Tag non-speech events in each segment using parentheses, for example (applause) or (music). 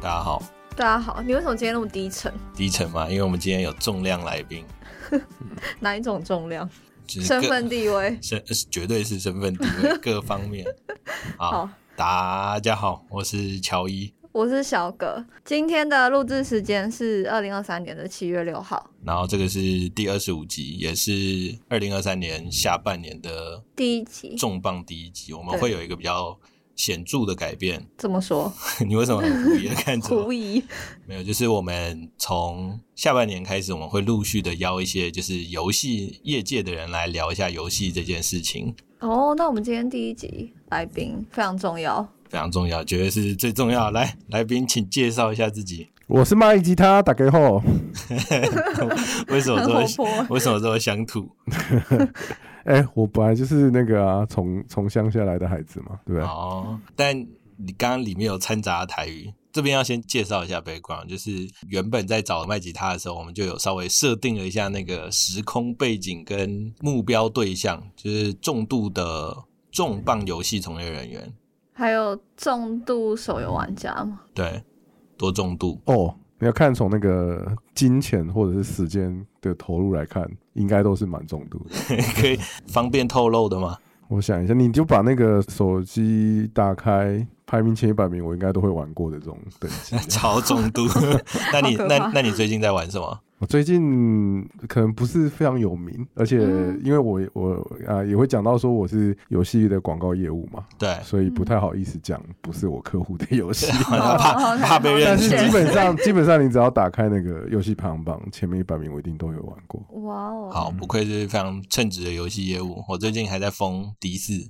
大家好，大家好，你为什么今天那么低沉？ (laughs) 低沉嘛，因为我们今天有重量来宾，哪一种重量？就是身各份地位？身呃绝对是身份地位各方 (laughs) 面。 (laughs) 好好，大家好，我是乔伊，我是小葛，今天的录制时间是二零二三年的七月六号，然后这个是第二十五集，也是二零二三年下半年的第一集。重磅第一集，我们对会有一个比较显著的改变。 (laughs) 这么说，你为什么很狐疑的看着我 (laughs) 狐？疑没有，就是我们从下半年开始，我们会陆续的邀一些就是游戏业界的人来聊一下游戏这件事情，哦。那我们今天第一集来宾非常重要，非常重要，绝对是最重嗯要的。来，来宾，请介绍一下自己，我是蚂蚁吉他，打给后。为什么 (laughs) 很活这么泼为什么这么乡土？哎、我本来就是那个啊，从从乡下来的孩子嘛，对不对？哦，但你刚刚里面有掺杂台语。这边要先介绍一下 background，就是原本在找卖吉他的时候，我们就有稍微设定了一下那个时空背景跟目标对象，就是重度的重磅游戏从业人员。还有重度手游玩家 (laughs) 嘛？对，多重度。 (laughs) 哦，你要看从那个金钱或者是时间的投入来看，应该都是蛮重度的。可以方便透露的吗？我想一下，你就把那个手机打开，排名前一百名，我应该都会玩过的这种等级。 (laughs) 超重 (laughs) 度。那你好可怕那那你最近在玩什么？我最近可能不是非常有名，而且嗯因为我我啊、也会讲到说我是游戏的广告业务嘛，对，所以不太好意思讲不是我客户的游戏。好像怕哦好怕被认但是识好。基本 (laughs) 上，基本上你只要打开那个游戏排行榜前面一百名，我一定都有玩过。哇哦，好，不愧是非常称职的游戏业务。我最近还在封迪士，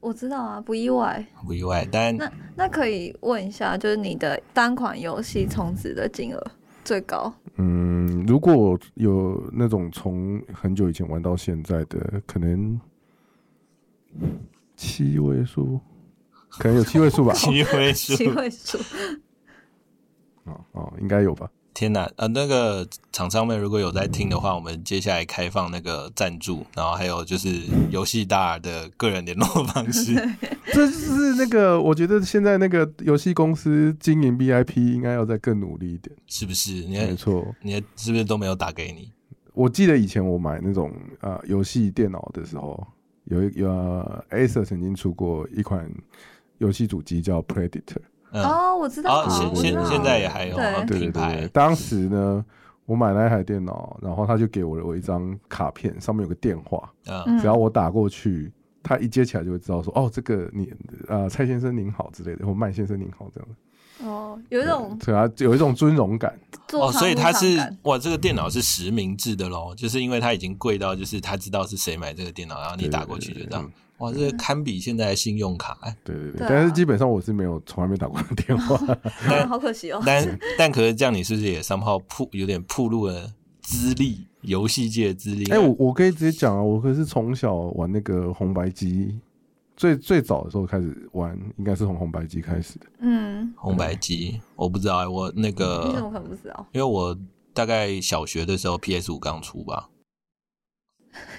我知道啊，不意外。不意外。但。那那可以问一下，就是你的单款游戏充值的金额最高？嗯，如果有那种从很久以前玩到现在的，可能七位数，可能有 (laughs) 七位数吧七哦 (laughs) 位数，七位数，哦哦，应该有吧。天哪！呃，那个厂商们如果有在听的话，我们接下来开放那个赞助，然后还有就是游戏大儿的个人联络方 (laughs) 式。这就是那个，我觉得现在那个游戏公司经营 VIP 应该要再更努力一点。是不是？你没看，错，你看是不是都没有打给你？我记得以前我买那种呃游戏电脑的时候，有一有呃 Acer 曾经出过一款游戏主机叫 Predator，嗯，哦，我知道，哦现我知现道现在也还有对哦对对品对对牌，当时呢。我买那一台电脑，然后他就给我了我一张卡片，上面有个电话，嗯，嗯只要我打过去，他一接起来就会知道说，哦，这个你呃蔡先生您好之类的，或麦先生您好这样嗯的，哦，有一种对啊，有一种尊荣感。做哦，所以它他是哇，这个电脑是实名制的喽，就是因为它已经贵到，就是他知道是谁买这个电脑，然后你对打对过去对嗯就对这样。哇，这个堪比现在的信用卡、哎对对对，对啊但是基本上我是没有从来没打过电话。啊，好可惜哦。 (laughs) 但但可是这样，你是不是也上号铺有点铺路了资历，游戏界的资历？哎、我我可以直接讲啊，我可是从小玩那个红白机，最最早的时候开始玩，应该是从红白机开始的。嗯，红白机我不知道、哎我那你怎个么可能不知道？ (laughs) 因为我大概小学的时候 PS 五刚出吧，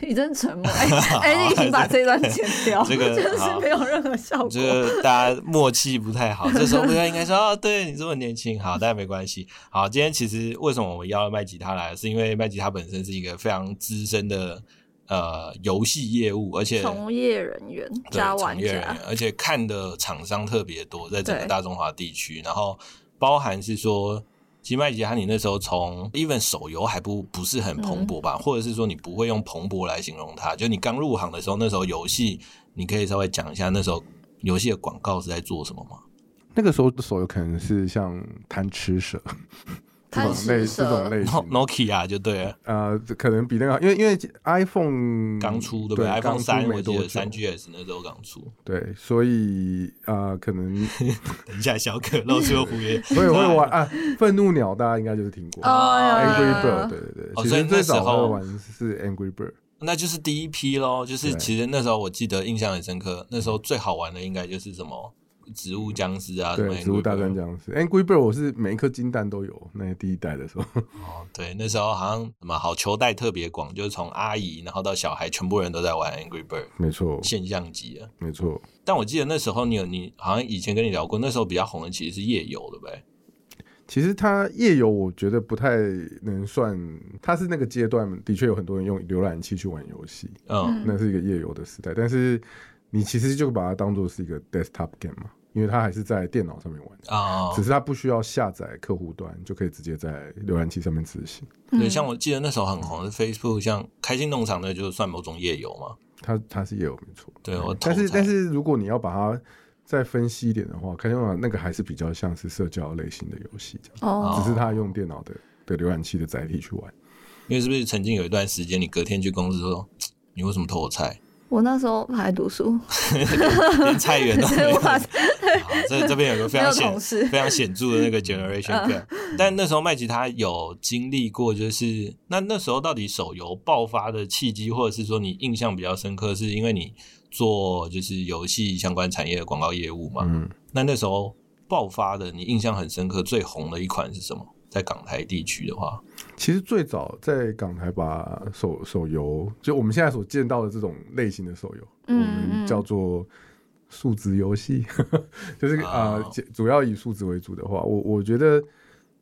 一阵沉 (laughs) 默，哎哎，你已经把这一段剪掉，这 (laughs) 个就是没有任何效这果。个大家默契不太好，这时候不要应该说啊，对你这么年轻，好，但没关系。好，今天其实为什么我们邀麦吉他来，是因为麦吉他本身是一个非常资深的呃游戏业务，而且从业人员对加玩从业人家员，，而且看的厂商特别多，在整个对大中华地区，然后包含是说。其实麦吉他，你那时候从 even 手游还不不是很蓬勃吧，或者是说你不会用蓬勃来形容它，就你刚入行的时候，那时候游戏，你可以稍微讲一下那时候游戏的广告是在做什么吗？那个时候的手游可能是像贪吃蛇这贪种类吃这种蛇，类型 No- 的。 Nokia 就对了，呃，可能比那个，因为因为 iPhone 刚出对嗯对不对刚？iPhone 出三我没记多得久三 GS 那时候刚出。对，所以啊、呃可 (laughs) 能等一下，小可露出了虎 (laughs) 爷，我也会 (laughs) 玩啊。愤怒鸟大家应该就是听过、哦有 a n g r 有 y 有 Bird，有对对对，哦其所以实那最时早候会玩是 Angry Bird。那就是第一批咯。就是对其实那时候我记得印象很深刻，那时候最好玩的应该就是什么植物僵尸啊，什么对，植物大战 Angry Bird 僵尸。Angry Bird 我是每一颗金蛋都有，那第一代的时候， (laughs) 哦，对，那时候好像什么好球带特别广，就是从阿姨然后到小孩，全部人都在玩 Angry Bird 没错，现象级啊。没错。但我记得那时候你有你好像以前跟你聊过，那时候比较红的其实是夜游，对不对？其实它页游我觉得不太能算，它是那个阶段的确有很多人用浏览器去玩游戏，嗯，那是一个页游的时代。但是你其实就把它当做是一个 desktop game 嘛，因为它还是在电脑上面玩，啊只，是它不需要下载客户端就可以直接在浏览器上面执行。嗯对，像我记得那时候很红的 Facebook，像开心农场那就算某种夜游嘛。它它是页游没错，哎对我但头是彩但是如果你要把它再分析一点的话，开心农场那个还是比较像是社交类型的游戏这样，哦哦，只是它用电脑的的浏览器的载体去玩。因为是不是曾经有一段时间，你隔天去公司说，嘖你为什么偷我菜，我那时候还读书，连菜园都哎 (laughs) 没有？我好，啊这这边有个非常 (laughs) 没有显同事嗯非常显著的 (laughs) 那个 generation gap。但那时候麦吉他有经历过，就是那那时候到底手游爆发的契机，或者是说你印象比较深刻，是因为你做就是游戏相关产业的广告业务嘛？嗯，那那时候爆发的，你印象很深刻、最红的一款是什么？在港台地区的话，其实最早在港台把手手游，就我们现在所见到的这种类型的手游，嗯我们叫做数值游戏， (laughs) 就是啊、呃哦主主要以数值为主的话，我我觉得，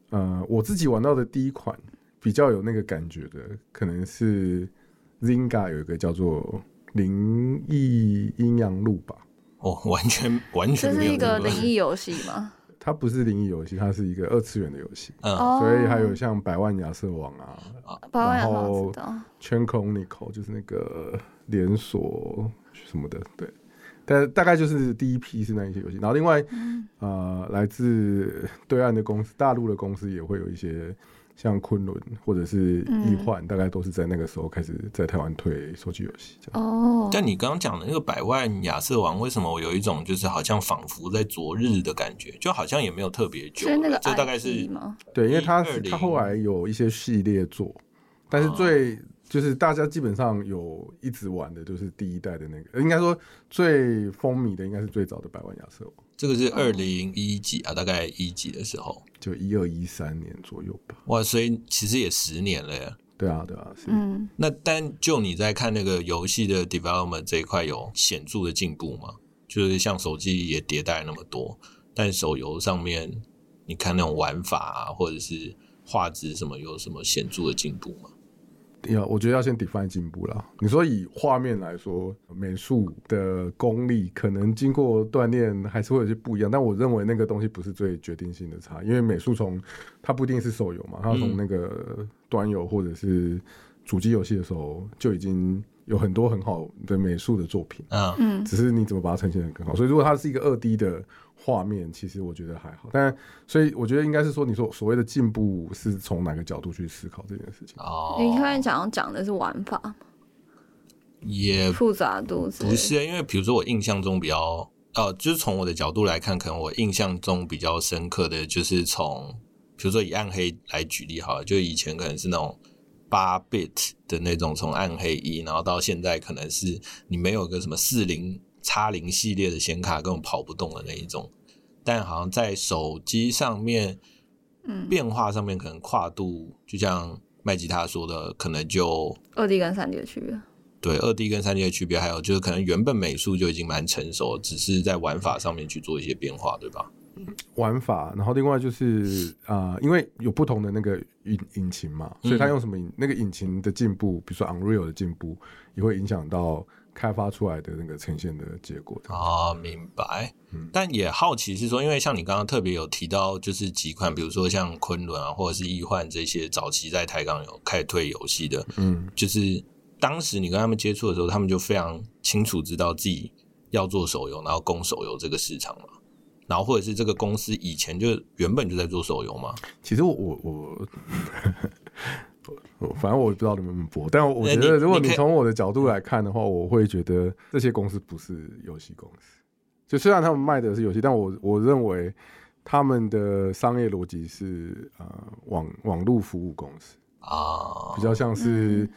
呃，我自己玩到的第一款比较有那个感觉的，可能是 Zynga 有一个叫做《灵异阴阳路》吧，哦，完全完这全没是有一个这灵异游戏吗？它不是灵异游戏，它是一个二次元的游戏，嗯哦，所以还有像百万亚瑟王啊，百万然养后我知道，圈空 n i c o 就是那个连锁什么的，对。但大概就是第一批是那一些游戏，然后另外，呃，来自对岸的公司、大陆的公司也会有一些像昆仑或者是易幻，大概都是在那个时候开始在台湾推手机游戏这样。哦，但你刚刚讲的那个百万亚瑟王，为什么我有一种就是好像仿佛在昨日的感觉，就好像也没有特别久是那了个这大概 IP 是吗？对，因为它是20它后来有一些系列作，但是最、就是大家基本上有一直玩的，就是第一代的那个，应该说最风靡的应该是最早的百万亚瑟王，这个嗯是二零一几啊，大概一几的时候，就一二一三年左右吧。哇，所以其实也十年了耶。对啊，对啊，是。嗯，那但就你在看那个游戏的 development 这一块有显著的进步吗？就是像手机也迭代那么多，但手游上面你看那种玩法啊，或者是画质什么有什么显著的进步吗？要我觉得要先 define 进步啦。你说以画面来说，美术的功力可能经过锻炼还是会有些不一样，但我认为那个东西不是最决定性的差，因为美术从它不一定是手游嘛，它从那个端游或者是主机游戏的时候就已经有很多很好的美术的作品，嗯只是你怎么把它呈现的更好。所以如果它是一个二 D 的画面，其实我觉得还好。但所以我觉得应该是说，你说所谓的进步是从哪个角度去思考这件事情？哦，你刚才想要讲的是玩法吗也复杂度之类呃不的，是，啊因为比如说我印象中比较呃，就是从我的角度来看，可能我印象中比较深刻的就是从比如说以暗黑来举例好了，就以前可能是那种八 bit 的那种，从暗黑一，然后到现在可能是你没有个什么四零叉零系列的显卡根本跑不动的那一种，但好像在手机上面，嗯变化上面可能跨度，就像麦吉他说的，可能就二 D 跟三 D 的区别。对二 D 跟三 D 的区别，还有就是可能原本美术就已经蛮成熟，只是在玩法上面去做一些变化，对吧？玩法，然后另外就是啊、呃因为有不同的那个引引擎嘛，所以它用什么引、那个引擎的进步，比如说 Unreal 的进步，也会影响到开发出来的那个呈现的结果。啊，明白。嗯但也好奇是说，因为像你刚刚特别有提到，就是几款，比如说像昆仑啊，或者是易幻这些早期在台港有开始推游戏的，嗯，就是当时你跟他们接触的时候，他们就非常清楚知道自己要做手游，然后攻手游这个市场嘛。然后或者是这个公司以前就原本就在做手游嘛，其实我我我 (laughs) 我反正我不知道能不能播，但我那觉你得如果你你可以从我的角度来看的话，我会觉得这些公司不是游戏公司。就虽然他们卖的是游戏，但我我认为他们的商业逻辑是呃网网络服务公司。啊，比较像是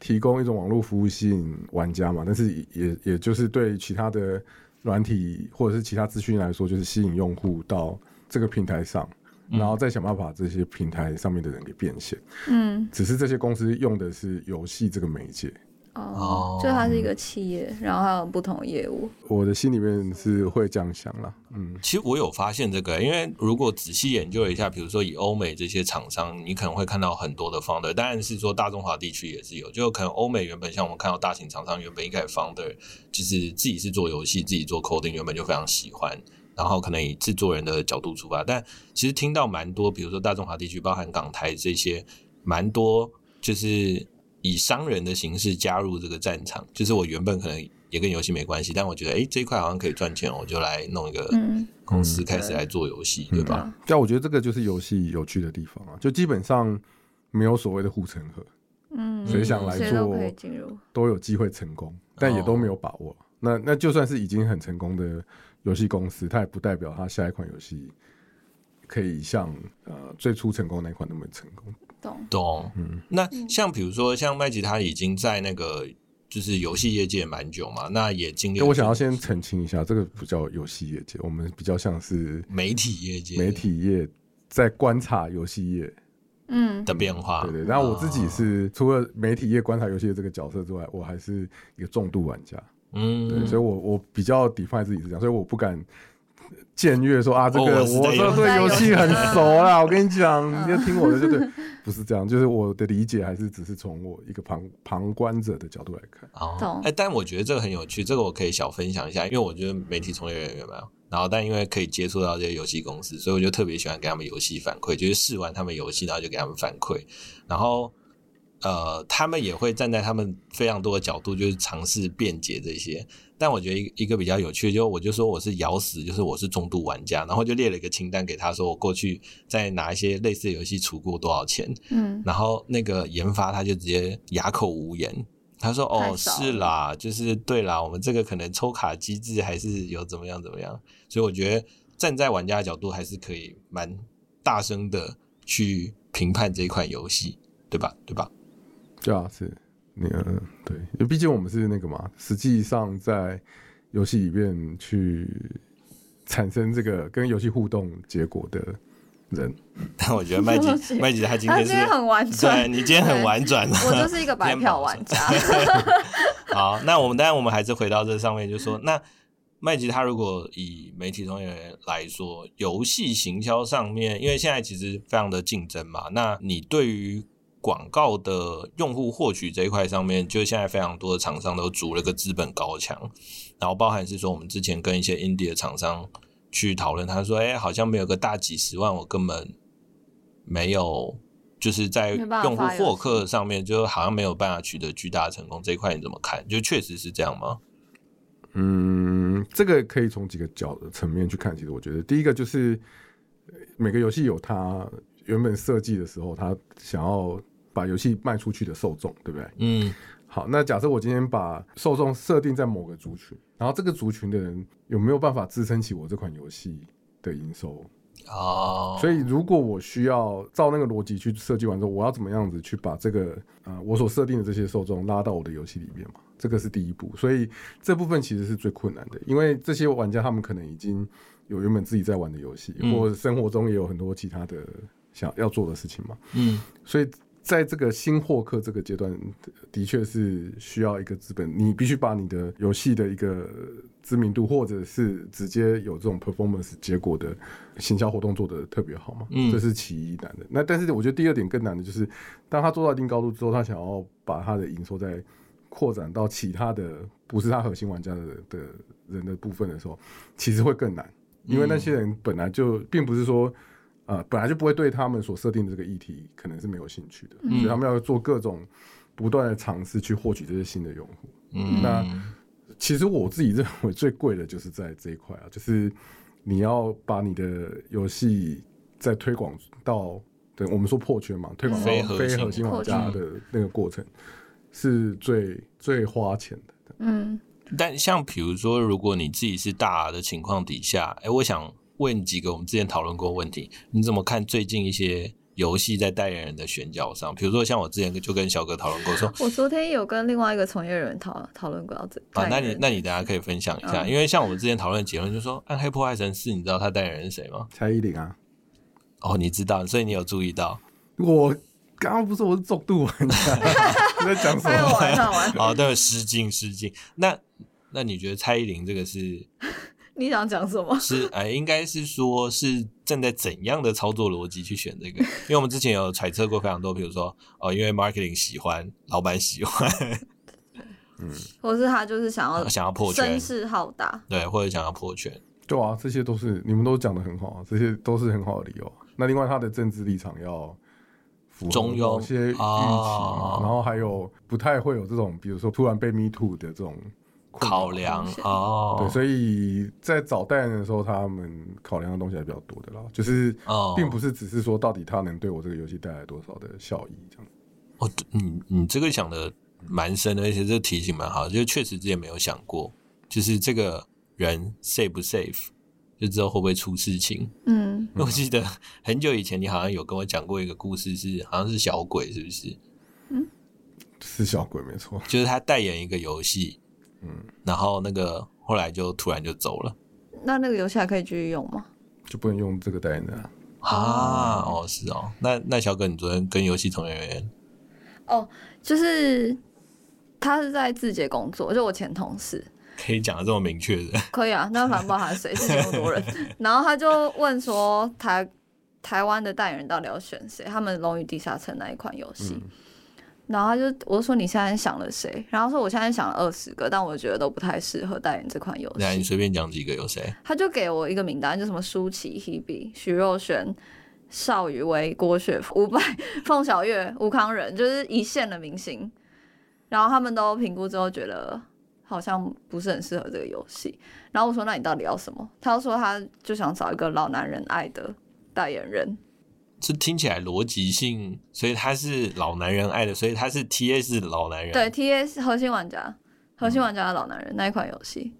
提供一种网络服务吸引玩家嘛，但是也也也就是对其他的软体或者是其他资讯来说，就是吸引用户到这个平台上，然后再想办法把这些平台上面的人给变现。嗯只是这些公司用的是游戏这个媒介，哦哦，就它是一个企业，然后还有不同的业务。我的心里面是会这样想啦，嗯，其实我有发现这个，因为如果仔细研究一下，比如说以欧美这些厂商，你可能会看到很多的 founder，当然是说大中华地区也是有，就可能欧美原本像我们看到大型厂商原本一开始 founder 就是自己是做游戏，自己做 coding，原本就非常喜欢，然后可能以制作人的角度出发，但其实听到蛮多，比如说大中华地区，包含港台这些，蛮多就是以商人的形式加入这个战场，就是我原本可能。也跟游戏没关系，但我觉得，哎、这一块好像可以赚钱，我就来弄一个嗯，啊公司开始来做游戏，对吧？但我觉得这个就是游戏有趣的地方啊，就基本上没有所谓的护城河，嗯，谁想来谁做都可以进入。都有机会成功，但也都没有把握。那那就算是已经很成功的游戏公司，它也不代表它下一款游戏可以像呃最初成功那一款那么成功。懂，懂。嗯那像比如说，像麦吉他已经在那个就是游戏业界蛮久嘛，那也经历但了我想要先澄清一下，这个不叫游戏业界，我们比较像是媒体业界媒体业在观察游戏业。嗯，的变化。对对，然后我自己是除了媒体业观察游戏的这个角色之外，我还是一个重度玩家。对，嗯，所以我我比较 define 自己是这样，所以我不敢僭越说啊，这哦个我是在游我戏这对游戏很熟啦。我跟你讲，你就听我的就对，不是这样，就是我的理解还是只是从我一个旁旁观者的角度来看。哦懂，哎，但我觉得这个很有趣，这个我可以小分享一下，因为我觉得媒体从业人员嘛，然后但因为可以接触到这些游戏公司，所以我就特别喜欢给他们游戏反馈，就是试玩他们游戏，然后就给他们反馈，然后呃，他们也会站在他们非常多的角度，就是尝试辩解这些。但我觉得一个一个比较有趣的，就我就说我是咬死，就是我是中度玩家，然后就列了一个清单给他，说我过去在哪一些类似的游戏出过多少钱，嗯，然后那个研发他就直接哑口无言。他说：“哦，太少是啦，就是对啦，我们这个可能抽卡机制还是有怎么样怎么样，所以我觉得站在玩家的角度还是可以蛮大声的去评判这一款游戏，对吧？对吧？对啊，是那个对，因为毕竟我们是那个嘛，实际上在游戏里面去产生这个跟游戏互动结果的人。但我觉得麦 (laughs) 什么吉东西麦吉他今他天今是天很婉对转，你今天很婉转， (laughs) 我就是一个白票玩家。好，那我们当然我们还是回到这上面，就说那麦吉他如果以媒体从业人员来说，游戏行销上面，因为现在其实非常的竞争嘛，那你对于广告的用户获取这一块上面，就现在非常多的厂商都筑了个资本高墙，然后包含是说我们之前跟一些 indie 的厂商去讨论，他说，哎、好像没有个大几十万，我根本没有。就是在没办法用户发游戏获客上面，就好像没有办法取得巨大的成功，这一块你怎么看？就确实是这样吗？嗯，这个可以从几个角的层面去看。其实我觉得，第一个就是呃每个游戏有它原本设计的时候，它想要把游戏卖出去的受众，对不对？嗯好，那假设我今天把受众设定在某个族群，然后这个族群的人有没有办法支撑起我这款游戏的营收？哦，所以，如果我需要照那个逻辑去设计完之后，我要怎么样子去把这个呃我所设定的这些受众拉到我的游戏里面嘛？这个是第一步，所以这部分其实是最困难的，因为这些玩家他们可能已经有原本自己在玩的游戏，嗯或者生活中也有很多其他的想要做的事情嘛，嗯所以。在这个新获客这个阶段，的的确是需要一个资本，你必须把你的游戏的一个知名度，或者是直接有这种 performance 结果的行销活动做得特别好嘛，嗯这是其一难的。那但是我觉得第二点更难的就是，当他做到一定高度之后，他想要把他的营收再扩展到其他的不是他核心玩家的的人的部分的时候，其实会更难，因为那些人本来就并不是说。呃，本来就不会对他们所设定的这个议题可能是没有兴趣的，嗯所以他们要做各种不断的尝试去获取这些新的用户。嗯，那其实我自己认为最贵的就是在这一块啊，就是你要把你的游戏再推广到，对我们说破圈嘛，推广到非非核核心心玩破家圈的那个过程，是最最花钱的。 (laughs) 嗯，但像比如说，如果你自己是大 R 的情况底下，哎，我想问几个我们之前讨论过的问题，你怎么看最近一些游戏在代言人的选角上？比如说像我之前就跟小哥讨论过 (laughs) 说，我昨天有跟另外一个从业人讨讨论过到这。啊，那代言你人那你等下可以分享一下，嗯因为像我们之前讨论的结论就说，《啊暗黑破坏神四》，你知道他代言人是谁吗？蔡依林啊，哦，你知道，所以你有注意到。我刚刚不是我是重度玩家， (laughs) 你在讲什还有么？玩，还有玩。 (laughs) 哦，对，失敬失敬。那那你觉得蔡依林这个是你想讲什么？是呃，应该是说是站在怎样的操作逻辑去选这个？因为我们之前有揣测过非常多，比如说哦，因为 marketing 喜欢，老板喜欢，或是他就是想哦 (laughs) 要想要破圈声，势浩大，对，或者想要破圈，对啊，这些都是你们都讲的很好啊，这些都是很好的理由啊。那另外他的政治立场要符合中庸某些预期嘛哦，然后还有不太会有这种，比如说突然被 me too 的这种困扰考量风险哦，对，所以在找代言人的时候，他们考量的东西还比较多的啦，就是哦并不是只是说到底它能对我这个游戏带来多少的效益这样。哦，对你你这个想的蛮深的，而且这个提醒蛮好的，就确实之前没有想过，就是这个人 safe 不 safe，就知道会不会出事情。嗯，因为我记得很久以前你好像有跟我讲过一个故事是，好像是小鬼，是不是？是小鬼没错，就是他代言一个游戏，嗯，然后那个后来就突然就走了那那个游戏还可以继续用吗？就不能用这个代言人、啊。啊。哦，是哦。那那小鬼，你昨天跟游戏从业人员就是他是在字节工作，就我前同事， (laughs) 可以讲的这么明确的，哦可以啊，那反正不知道他是谁，是这么多人。然后他就问说台台湾的代言人到底要选谁？他们《龙与地下城》那一款游戏。然后他就我就说你现在想了谁？然后说我现在想了二十个，但我觉得都不太适合代言这款游来你戏。随便讲几个有谁？他就给我一个名单，就什么舒淇、Hebe、徐若瑄、邵雨薇、郭雪芙、伍佰、 (laughs) 凤小岳、吴康仁，就是一线的明星。然后他们都评估之后觉得好像不是很适合这个游戏。然后我说：“那你到底要什么？”他就说：“他就想找一个老男人爱的代言人。这听起来逻辑性，所以他是老男人爱的，所以他是 T A 是老男人。对，，T S 核心玩嗯家，核心玩家的老男人那一款游戏。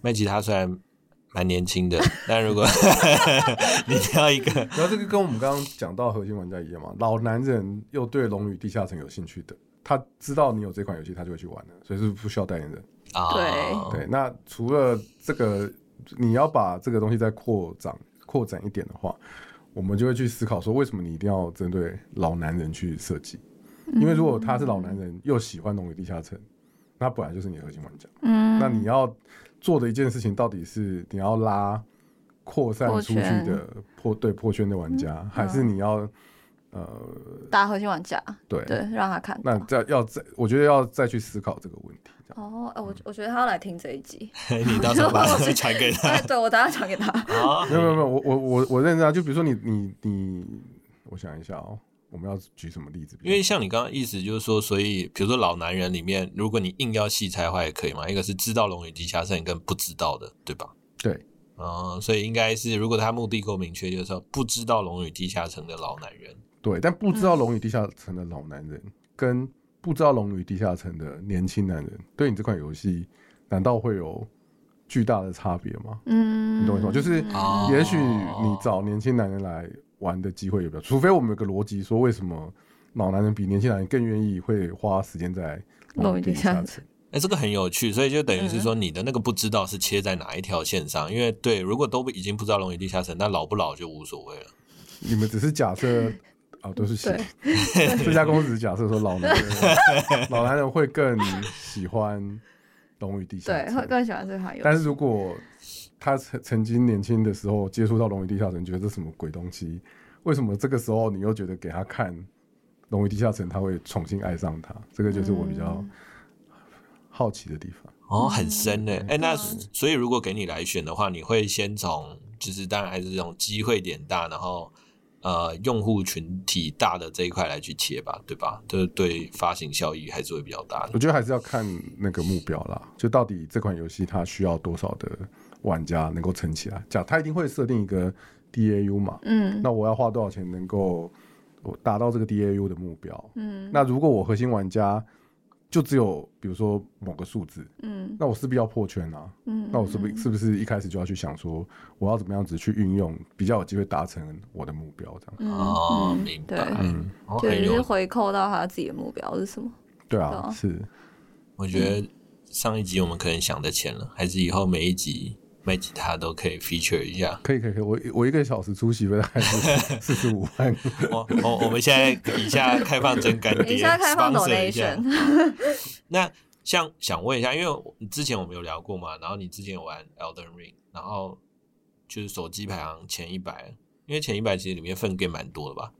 麦吉他虽然蛮年轻 (laughs) 的，但如果你挑一个，然后这个跟我们刚刚讲到核心玩家一样嘛，老男人又对《龙与地下城》有兴趣的，他知道你有这款游戏，他就会去玩了，所以是不需要代言人。啊，对，那除了这个，你要把这个东西再扩展扩展一点的话，我们就会去思考说，为什么你一定要针对老男人去设计？因为如果他是老男人，又喜欢《龙与地下城》，那本来就是你的核心玩家。嗯，那你要做的一件事情，到底是你要拉扩嗯散破出去圈的破对破圈的玩家，还是你要呃打核心玩家，对？对，让他看哎那到你。再要再，我觉得要再去思考这个问题。这样哦，哎、我我觉得他要来听这一集， (laughs) (laughs) 你到时候把它传给他哎，对我等下传给他。啊没有没有没有，我我我我认真啊，就比如说你你你，我想一下哦，我们要举什么例子？比因如为像你刚刚意思就是说，所以比如说老男人里面，如果你硬要细拆的话，也可以嘛。一个是知道龙与地下城跟不知道的，对吧？对嗯，所以应该是如果他目的够明确，就是说不知道龙与地下城的老男人对，但不知道《龙与地下城》的老男人跟不知道《龙与地下城》的年轻男人，对你这款游戏难道会有巨大的差别吗？嗯，你懂我意思吗？就是哦也许你找年轻男人来玩的机会也比较，除非我们有个逻辑说为什么老男人比年轻男人更愿意会花时间在龙与地下城城。哎，这个很有趣，所以就等于是说，你的那个不知道是切在哪一条线上，因为对，如果都已经不知道龙与地下城，那老不老就无所谓了。你们只是 (laughs) 假设啊，都是喜对，这家公司只是假设说老男人老男人会更喜欢龙与地下对，城，会更喜欢这款游但戏。是如果他曾曾经年轻的时候接触到《龙与地下城》，觉得这什么鬼东西？为什么这个时候你又觉得给他看《龙与地下城》，他会重新爱上他？这个就是我比较好奇的地方。哦，很深呢。哎、那嗯所以如果给你来选的话，你会先从就是当然还是这种机会点大，然后呃用户群体大的这一块来去切吧，对吧？这对发行效益还是会比较大我的。觉得还是要看那个目标啦，就到底这款游戏它需要多少的玩家能够撑起来。假他一定会设定一个 DAU 嘛，嗯那我要花多少钱能够我达到这个 DAU 的目标？嗯那如果我核心玩家就只有比如说某个数字，嗯那我势必要破圈啊。嗯，那我是不是是不是一开始就要去想说，我要怎么样子去运用，比较有机会达成我的目标？这样，嗯哦嗯明白对，嗯，哦，对，很就是有，回扣到他自己的目标是什么？对对啊，啊是，我觉得上一集我们可能想的浅了，还是以后每一集麦吉他都可以 feature 一下。可以可以可以，我我一个小时出席费大 (laughs) 概是四十五万， (laughs) 我我我们现在以下开放真干爹，以下开放 sponsor 一下 donation， (laughs) 那像想问一下，因为我之前我们有聊过嘛，然后你之前有玩 Elden Ring，然后就是手机排行前一百，因为前一百其实里面粪 game 蛮多的吧。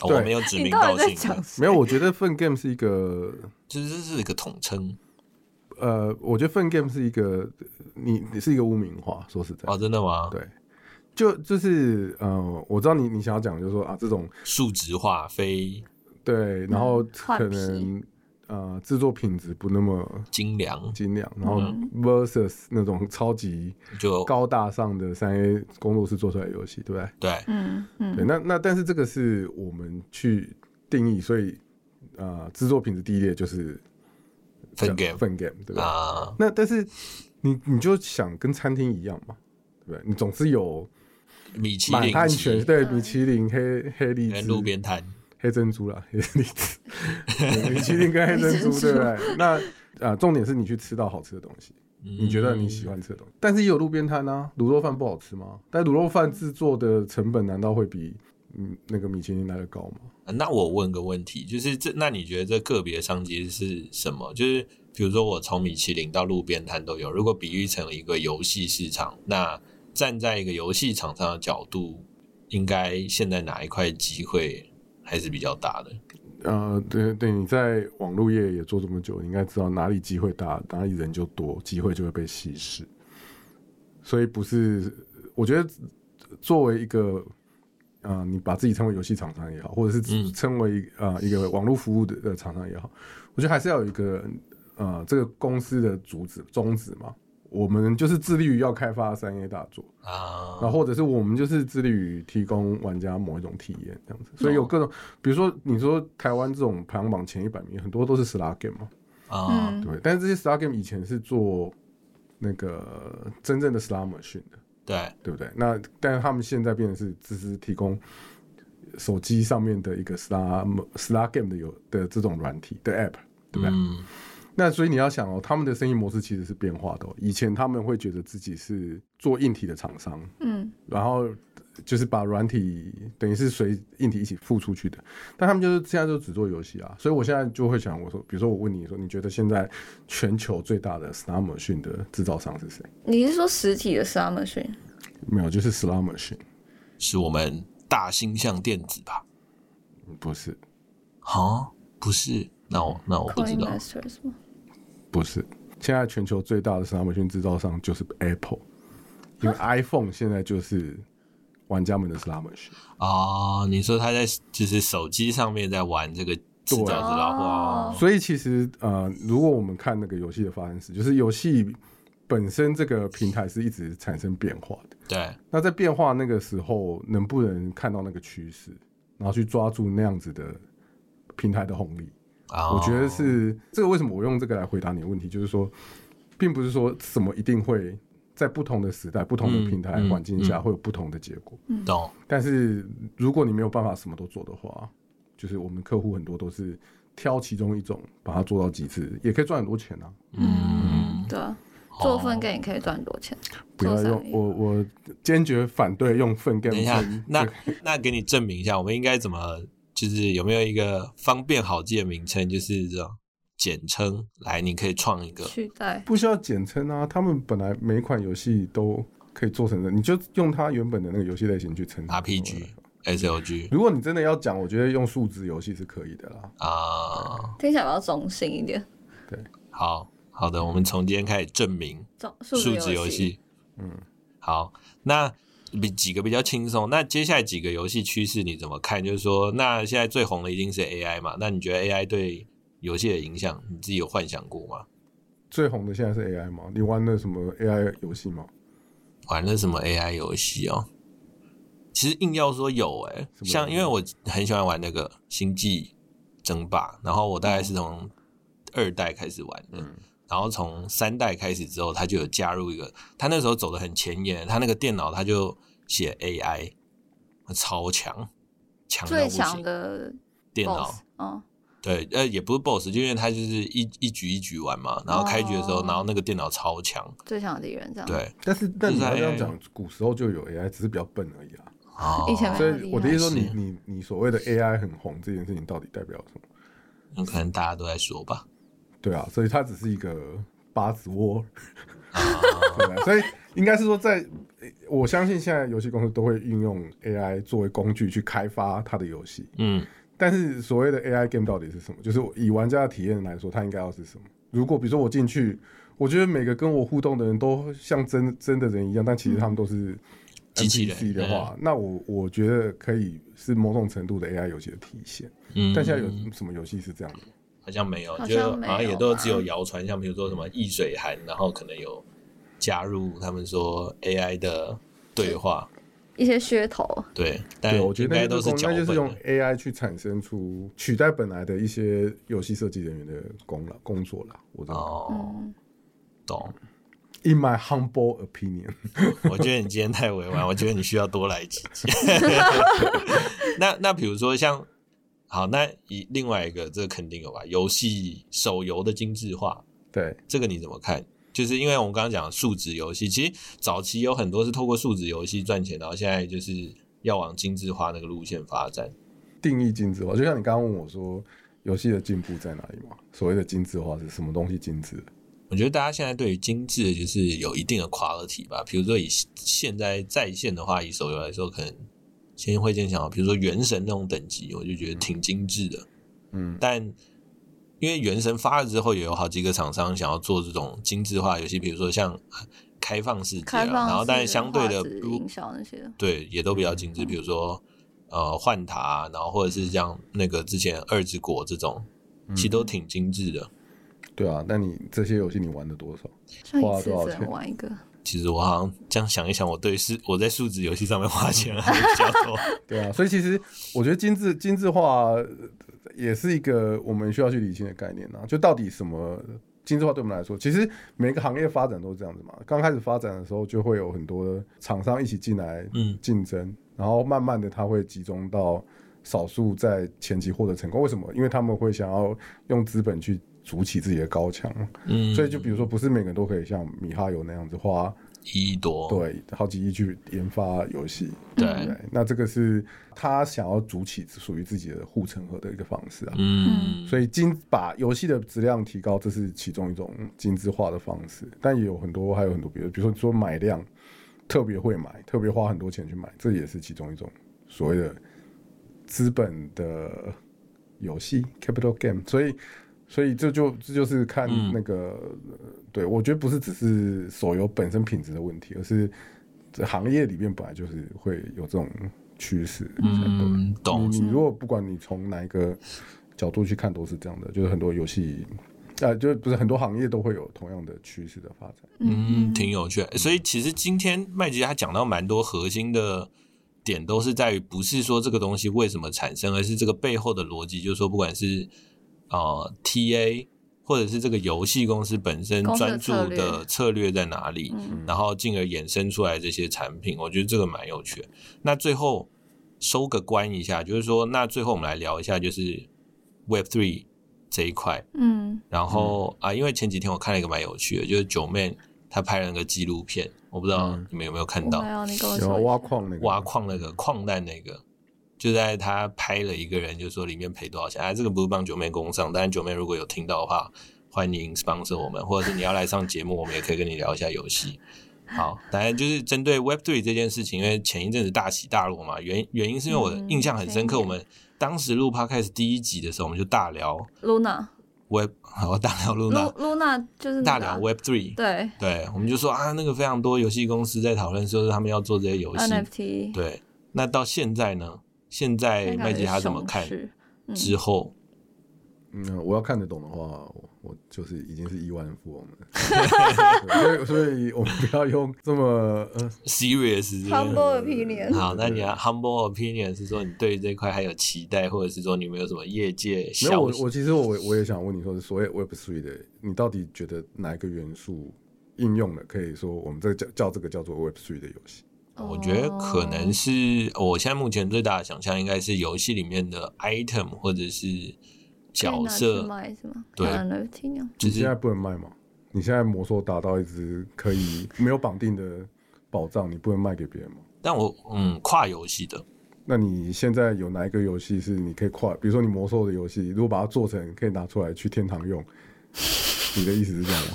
哦对我没有指你名到道底在姓，讲什没有，我觉得份 game 是一个就是这是一个统称呃，我觉得份 game 是一个你你是一个污名化，说实在，哦，真的吗？对，就就是呃，我知道你你想要讲就是说啊这种数值化非对，然后嗯换可皮能呃制作品质不那么精良，精良，然后嗯哦 versus 那种超级就高大上的三 A 工作室做出来的游戏，对不对？对嗯对，嗯，那那但是这个是我们去定义，所以呃，制作品质第一列就是分 game 分 game，对吧？啊，那但是你你就想跟餐厅一样嘛，对不对？你总是有米其满林汉级全对对米其林、黑黑跟荔枝、哎路边摊，黑珍珠啦，黑荔枝、对米其林跟黑珍珠，黑珍珠对不对？那啊、呃重点是你去吃到好吃的东西，你你觉得你嗯喜欢吃的东西，但是也有路边摊啊，卤肉饭不好吃吗？但卤肉饭制作的成本难道会比嗯那个米其林来的高吗？呃那我问个问题，就是这那你觉得这个别商机是什么？就是比如说我从米其林到路边摊都有，如果比喻成一个游戏市场，那站在一个游戏厂商的角度，应该现在哪一块机会还是比较大的？呃，对对，你在网络业也做这么久，你应该知道哪里机会大，哪里人就多，机会就会被稀释。所以不是，我觉得作为一个，呃，你把自己称为游戏厂商也好，或者是嗯称为、呃一个网络服务的呃厂商也好，我觉得还是要有一个呃这个公司的主旨宗旨嘛。我们就是致力于要开发三 A 大作，啊，然后或者是我们就是致力于提供玩家某一种体验这样子，所以有各种，比如说你说台湾这种排行榜前一百名很多都是 Star Game 嘛，啊，嗯对，但是这些 Star Game 以前是做那个真正的 Star Machine 的，对，对不对？那但是他们现在变成是只是提供手机上面的一个 Star Mo- Star Game 的有的这种软体的 App，对不对？嗯，那所以你要想哦，他们的生意模式其实是变化的、哦，以前他们会觉得自己是做硬体的厂商，嗯然后就是把软体等于是随硬体一起付出去的，但他们就是现在就只做游戏啊，所以我现在就会想，我说，比如说我问你说，你觉得现在全球最大的 Slam Machine 的制造商是谁？你是说实体的 Summer 训？没有，就是 Slam Machine，是我们大星象电子吧？不是，啊，不是，那我那我不知 Coin 道 Masters 吗？不是，现在全球最大的 Slam Machine 制造商就是 Apple，因为 iPhone 现在就是玩家们的 Slam Machine。啊。你说他在就是手机上面在玩这个制造制造货哦哦，所以其实呃，如果我们看那个游戏的发展史，就是游戏本身这个平台是一直产生变化的。对，那在变化那个时候，能不能看到那个趋势，然后去抓住那样子的平台的红利？啊，我觉得是这个。为什么我用这个来回答你的问题，就是说，并不是说什么一定会在不同的时代、不同的平台嗯嗯环境下嗯会有不同的结果。懂。但是如果你没有办法什么都做的话，就是我们客户很多都是挑其中一种，把它做到极致，也可以赚很多钱啊。嗯，对啊，做哦份更也可以赚多钱，不要做生用意我，我坚决反对用粪便等一下去，那 (laughs) 那给你证明一下，我们应该怎么，就是有没有一个方便好记的名称，就是这种简称，来，你可以创一个取代不需要简称啊。他们本来每一款游戏都可以做成的，你就用它原本的那个游戏类型去称它 RPG S L G 如果你真的要讲，我觉得用数字游戏是可以的啦。啊。听起来比较中性一点，好好的，我们从今天开始证明中数数值游戏。戏。嗯，好，那比几个比较轻松。那接下来几个游戏趋势你怎么看？就是说，那现在最红的一定是 AI 嘛？那你觉得 AI 对游戏的影响，你自己有幻想过吗？最红的现在是 AI 嘛？你玩的什么 AI 游戏吗？玩了什么 AI 游戏哦？其实硬要说有诶、什么像因为我很喜欢玩那个《星际争霸》，然后我大嗯概是从二代开始玩的，然后从三代开始之后，它就有加入一个，它那时候走的很前沿，它那个电脑它就写 AI，超强，强到最不强行，的电脑 boss，嗯，对，呃，也不是 BOSS，就因为他就是一一局一局玩嘛，然后开局的时候，哦然后那个电脑超强，最强的敌人这样。，对，但是但就是你要这 AI 样讲，古时候就有 AI，只是比较笨而已啊。哦以前没所很以厉我的意思说害你，是你你所谓的 AI 很红这件事情到底代表什么？有可能大家都在说吧，对啊，所以它只是一个八子窝， (laughs) 对啊所以应该是说在，我相信现在游戏公司都会运用 AI 作为工具去开发它的游戏。嗯，但是所谓的 AI game 到底是什么？就是我以玩家的体验来说，它应该要是什么？如果比如说我进去，我觉得每个跟我互动的人都像真真的人一样，但其实他们都是嗯机器人 NPC 的话，那我我觉得可以是某种程度的 AI 游戏的体现。嗯但现在有什么游戏是这样的？好像没有，好像就没好像也有都吧只有谣传，像比如说什么易水寒，然后可能有加入他们说 AI 的对话，一些噱头，对，但对，我觉嗯应得该那都个是功脚那就是用本的。 AI 去产生出取代本来的一些游戏设计人员的功了工作了。我知道。哦，嗯，懂。 In my humble opinion，我觉得你今天太委婉，我觉得你需要多来几 (laughs) 集。 (laughs) 那那比如说像，好，那以另外一个，这个肯定有吧？游戏手游的精致化，对，这个你怎么看？就是因为我们刚刚讲数值游戏，其实早期有很多是透过数值游戏赚钱，然后现在就是要往精致化那个路线发展。定义精致化，就像你刚刚问我说，游戏的进步在哪里嘛？所谓的精致化是什么东西精致？我觉得大家现在对于精致就是有一定的 quality 吧，比如说以现在在线的话，以手游来说，可能先会先想到，比如说《原神》那种等级，我就觉得挺精致的。嗯，但因为《原神》发了之后，也有好几个厂商想要做这种精致化游戏，比如说像呃开放世界、啊，开放然后但是相对的式画质如营销那些的，对也都比较嗯精致，比如说呃幻塔啊、然后或者是像那个之前二之国这种，其实嗯都挺精致的。对啊，那你这些游戏你玩了多少？像花一了次多少只能钱玩一个，其实我好像这样想一想，我对数我在数值游戏上面花钱还比较 (laughs) 多。对啊，所以其实我觉得精致精致化呃也是一个我们需要去理清的概念啊，就到底什么精致化对我们来说，其实每个行业发展都是这样子嘛。刚开始发展的时候，就会有很多厂商一起进来嗯竞争，然后慢慢的它会集中到少数在前期获得成功。为什么？因为他们会想要用资本去筑起自己的高墙，嗯，所以就比如说，不是每个人都可以像米哈游那样子花一亿多，对好几亿去研发游戏。对对，那这个是他想要筑起属于自己的护城河的一个方式啊。嗯，所以精把游戏的质量提高，这是其中一种精致化的方式，但也有很多，还有很多别的，比如说说买量，特别会买，特别花很多钱去买，这也是其中一种所谓的资本的游戏 （capital game）。所以，所以这就这就是看嗯那个，呃对我觉得不是只是手游本身品质的问题，而是这行业里面本来就是会有这种趋势。嗯，懂。你你如果不管你从哪一个角度去看，都是这样的，就是很多游戏，呃，就不是很多行业都会有同样的趋势的发展。嗯，挺有趣的。所以其实今天麦吉他讲到蛮多核心的点，都是在于不是说这个东西为什么产生，而是这个背后的逻辑，就是说不管是呃 TA 或者是这个游戏公司本身公专司的注策略嗯的策略在哪里，然后进而衍生出来这些产品，我觉得这个蛮有趣的。那最后收个官一下，就是说，那最后我们来聊一下，就是 Web Three 这一块。 (laughs) 嗯，然后、啊，因为前几天我看了一个蛮有趣的，就是九妹她拍了那个纪录片，我不知道你们有没有看我到、还要你跟我然后说一挖下矿那个挖，矿那个矿难那个，就在她拍了一个人，就说里面赔多少钱。啊，这个不是帮九妹工上，但是九妹如果有听到的话，欢迎 sponsor 我们，或者是你要来上节目，我们也可以跟你聊一下游戏。好，当然就是针对 Web Three 这件事情，因为前一阵子大起大落嘛，原原因是因为我嗯印象很深刻，前一我年们当时录 Podcast 第一集的时候，我们就大聊 Luna Web，好大聊 Luna， Lu Luna 就是大那个啊聊 Web Three，对对，我们就说啊，那个非常多游戏公司在讨论，说是他们要做这些啊游戏。 NFT，对，那到现在呢？现在香港麦吉有他怎么熊看？市嗯之后，嗯，我要看得懂的话，我我就是已经是亿万富翁了。对所以，所以我们不要用这么呃， serious 这边 Humble (laughs) opinion 好，那你的 humble opinion 是说你对于这块还有期待，或者是说你有没有什么业界没有消我息？我其实我我也想问你说，所谓 Web Three 的，你到底觉得哪一个元素应用的，可以说我们这个叫叫这个叫做 Web Three 的游戏？我觉得可哦能是我现在目前最大的想象应该是游戏里面的 item 或者是角可以拿去色，卖是吗？对像 NFT 那样就你现在是不能卖吗？你现在魔兽打到一只可以没有绑定的宝藏，你不能卖给别人吗？但我嗯跨游戏的，那你现在有哪一个游戏是你可以跨？比如说你魔兽的游戏，如果把它做成，可以拿出来去天堂用。你的意思是这样吗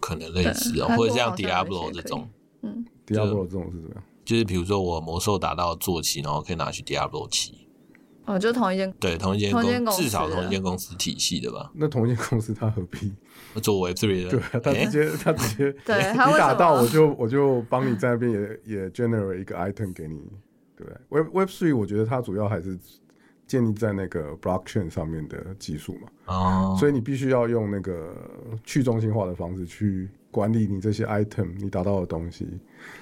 可能类似哦，对或者像韩国好 Diablo 像有一这些可以种， ？Diablo 这种是怎么样？就是比如说我魔兽打到坐骑，然后可以拿去 Diablo 骑，哦，就同一间对，同一间同一间公司至少的同一间公司体系的吧，那同一间公司它何必？做 Web Three 的，对啊，它诶直接它 (laughs) 直接，对 (laughs) 它为你什打么到我就我就帮你在那边也也 generate 一个 item 给你，对不对？Web Web Three 我觉得它主要还是建立在那个 blockchain 上面的技术嘛。哦，所以你必须要用那个去中心化的方式去管理你这些 item 你达到的东西。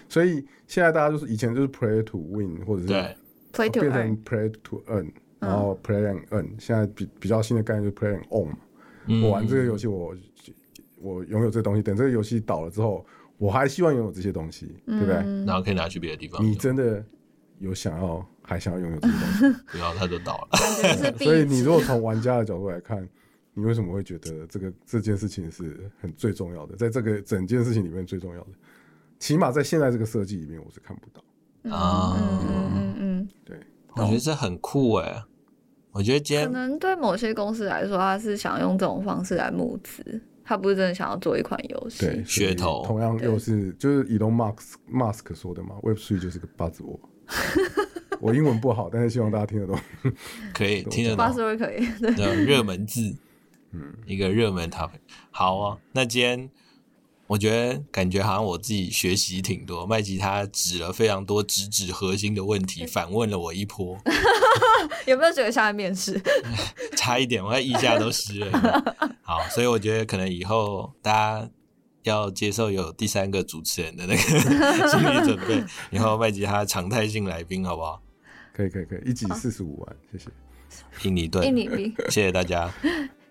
所以现在大家就是以前就是 play to win，或者是对， Play to 变 Earn，嗯成 play to earn，然后 play and earn。现在比比较新的概念就是 play and own 嘛。嗯我玩这个游戏，我我拥有这东西，等这个游戏倒了之后，我还希望拥有这些东西，嗯对不对？然后可以拿去别的地方用，你真的有想要还想要拥有这些东西？不要它就倒了。感觉是 (laughs) 所以壁你纸。如果从玩家的角度来看，你为什么会觉得这个这件事情是很最重要的，在这个整件事情里面最重要的？起码在现在这个设计里面，我是看不到。啊、嗯嗯嗯，对，我觉得这很酷哎、我觉得今可天能对某些公司来说，他是想用这种方式来募资，他不是真的想要做一款游戏。对，噱头同样又是就是 Elon Musk Musk 说的嘛，Web Three 就是个 (laughs) buzzword。我英文不好，但是希望大家听得懂。可以听得巴懂斯瑞可以， (laughs) 对，的热门 (laughs) 字，嗯，一个热门 topic。好啊，那今天我觉得感觉好像我自己学习挺多，麦吉他指了非常多直指核心的问嗯题，反问了我一波，有没有觉得像在面试？差一点我在腋下都湿了。 (laughs) 好，所以我觉得可能以后大家。要接受有第三个主持人的那个 (laughs) 心理准备，以后麦吉他常态性来宾好不好？可以可以可以，一集四十五万，谢谢，印尼盾， (laughs) 印尼币，谢谢大家，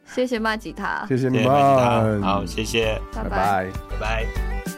谢谢麦吉他，谢谢谢你谢麦吉他，们，好，谢谢，拜拜拜。拜拜。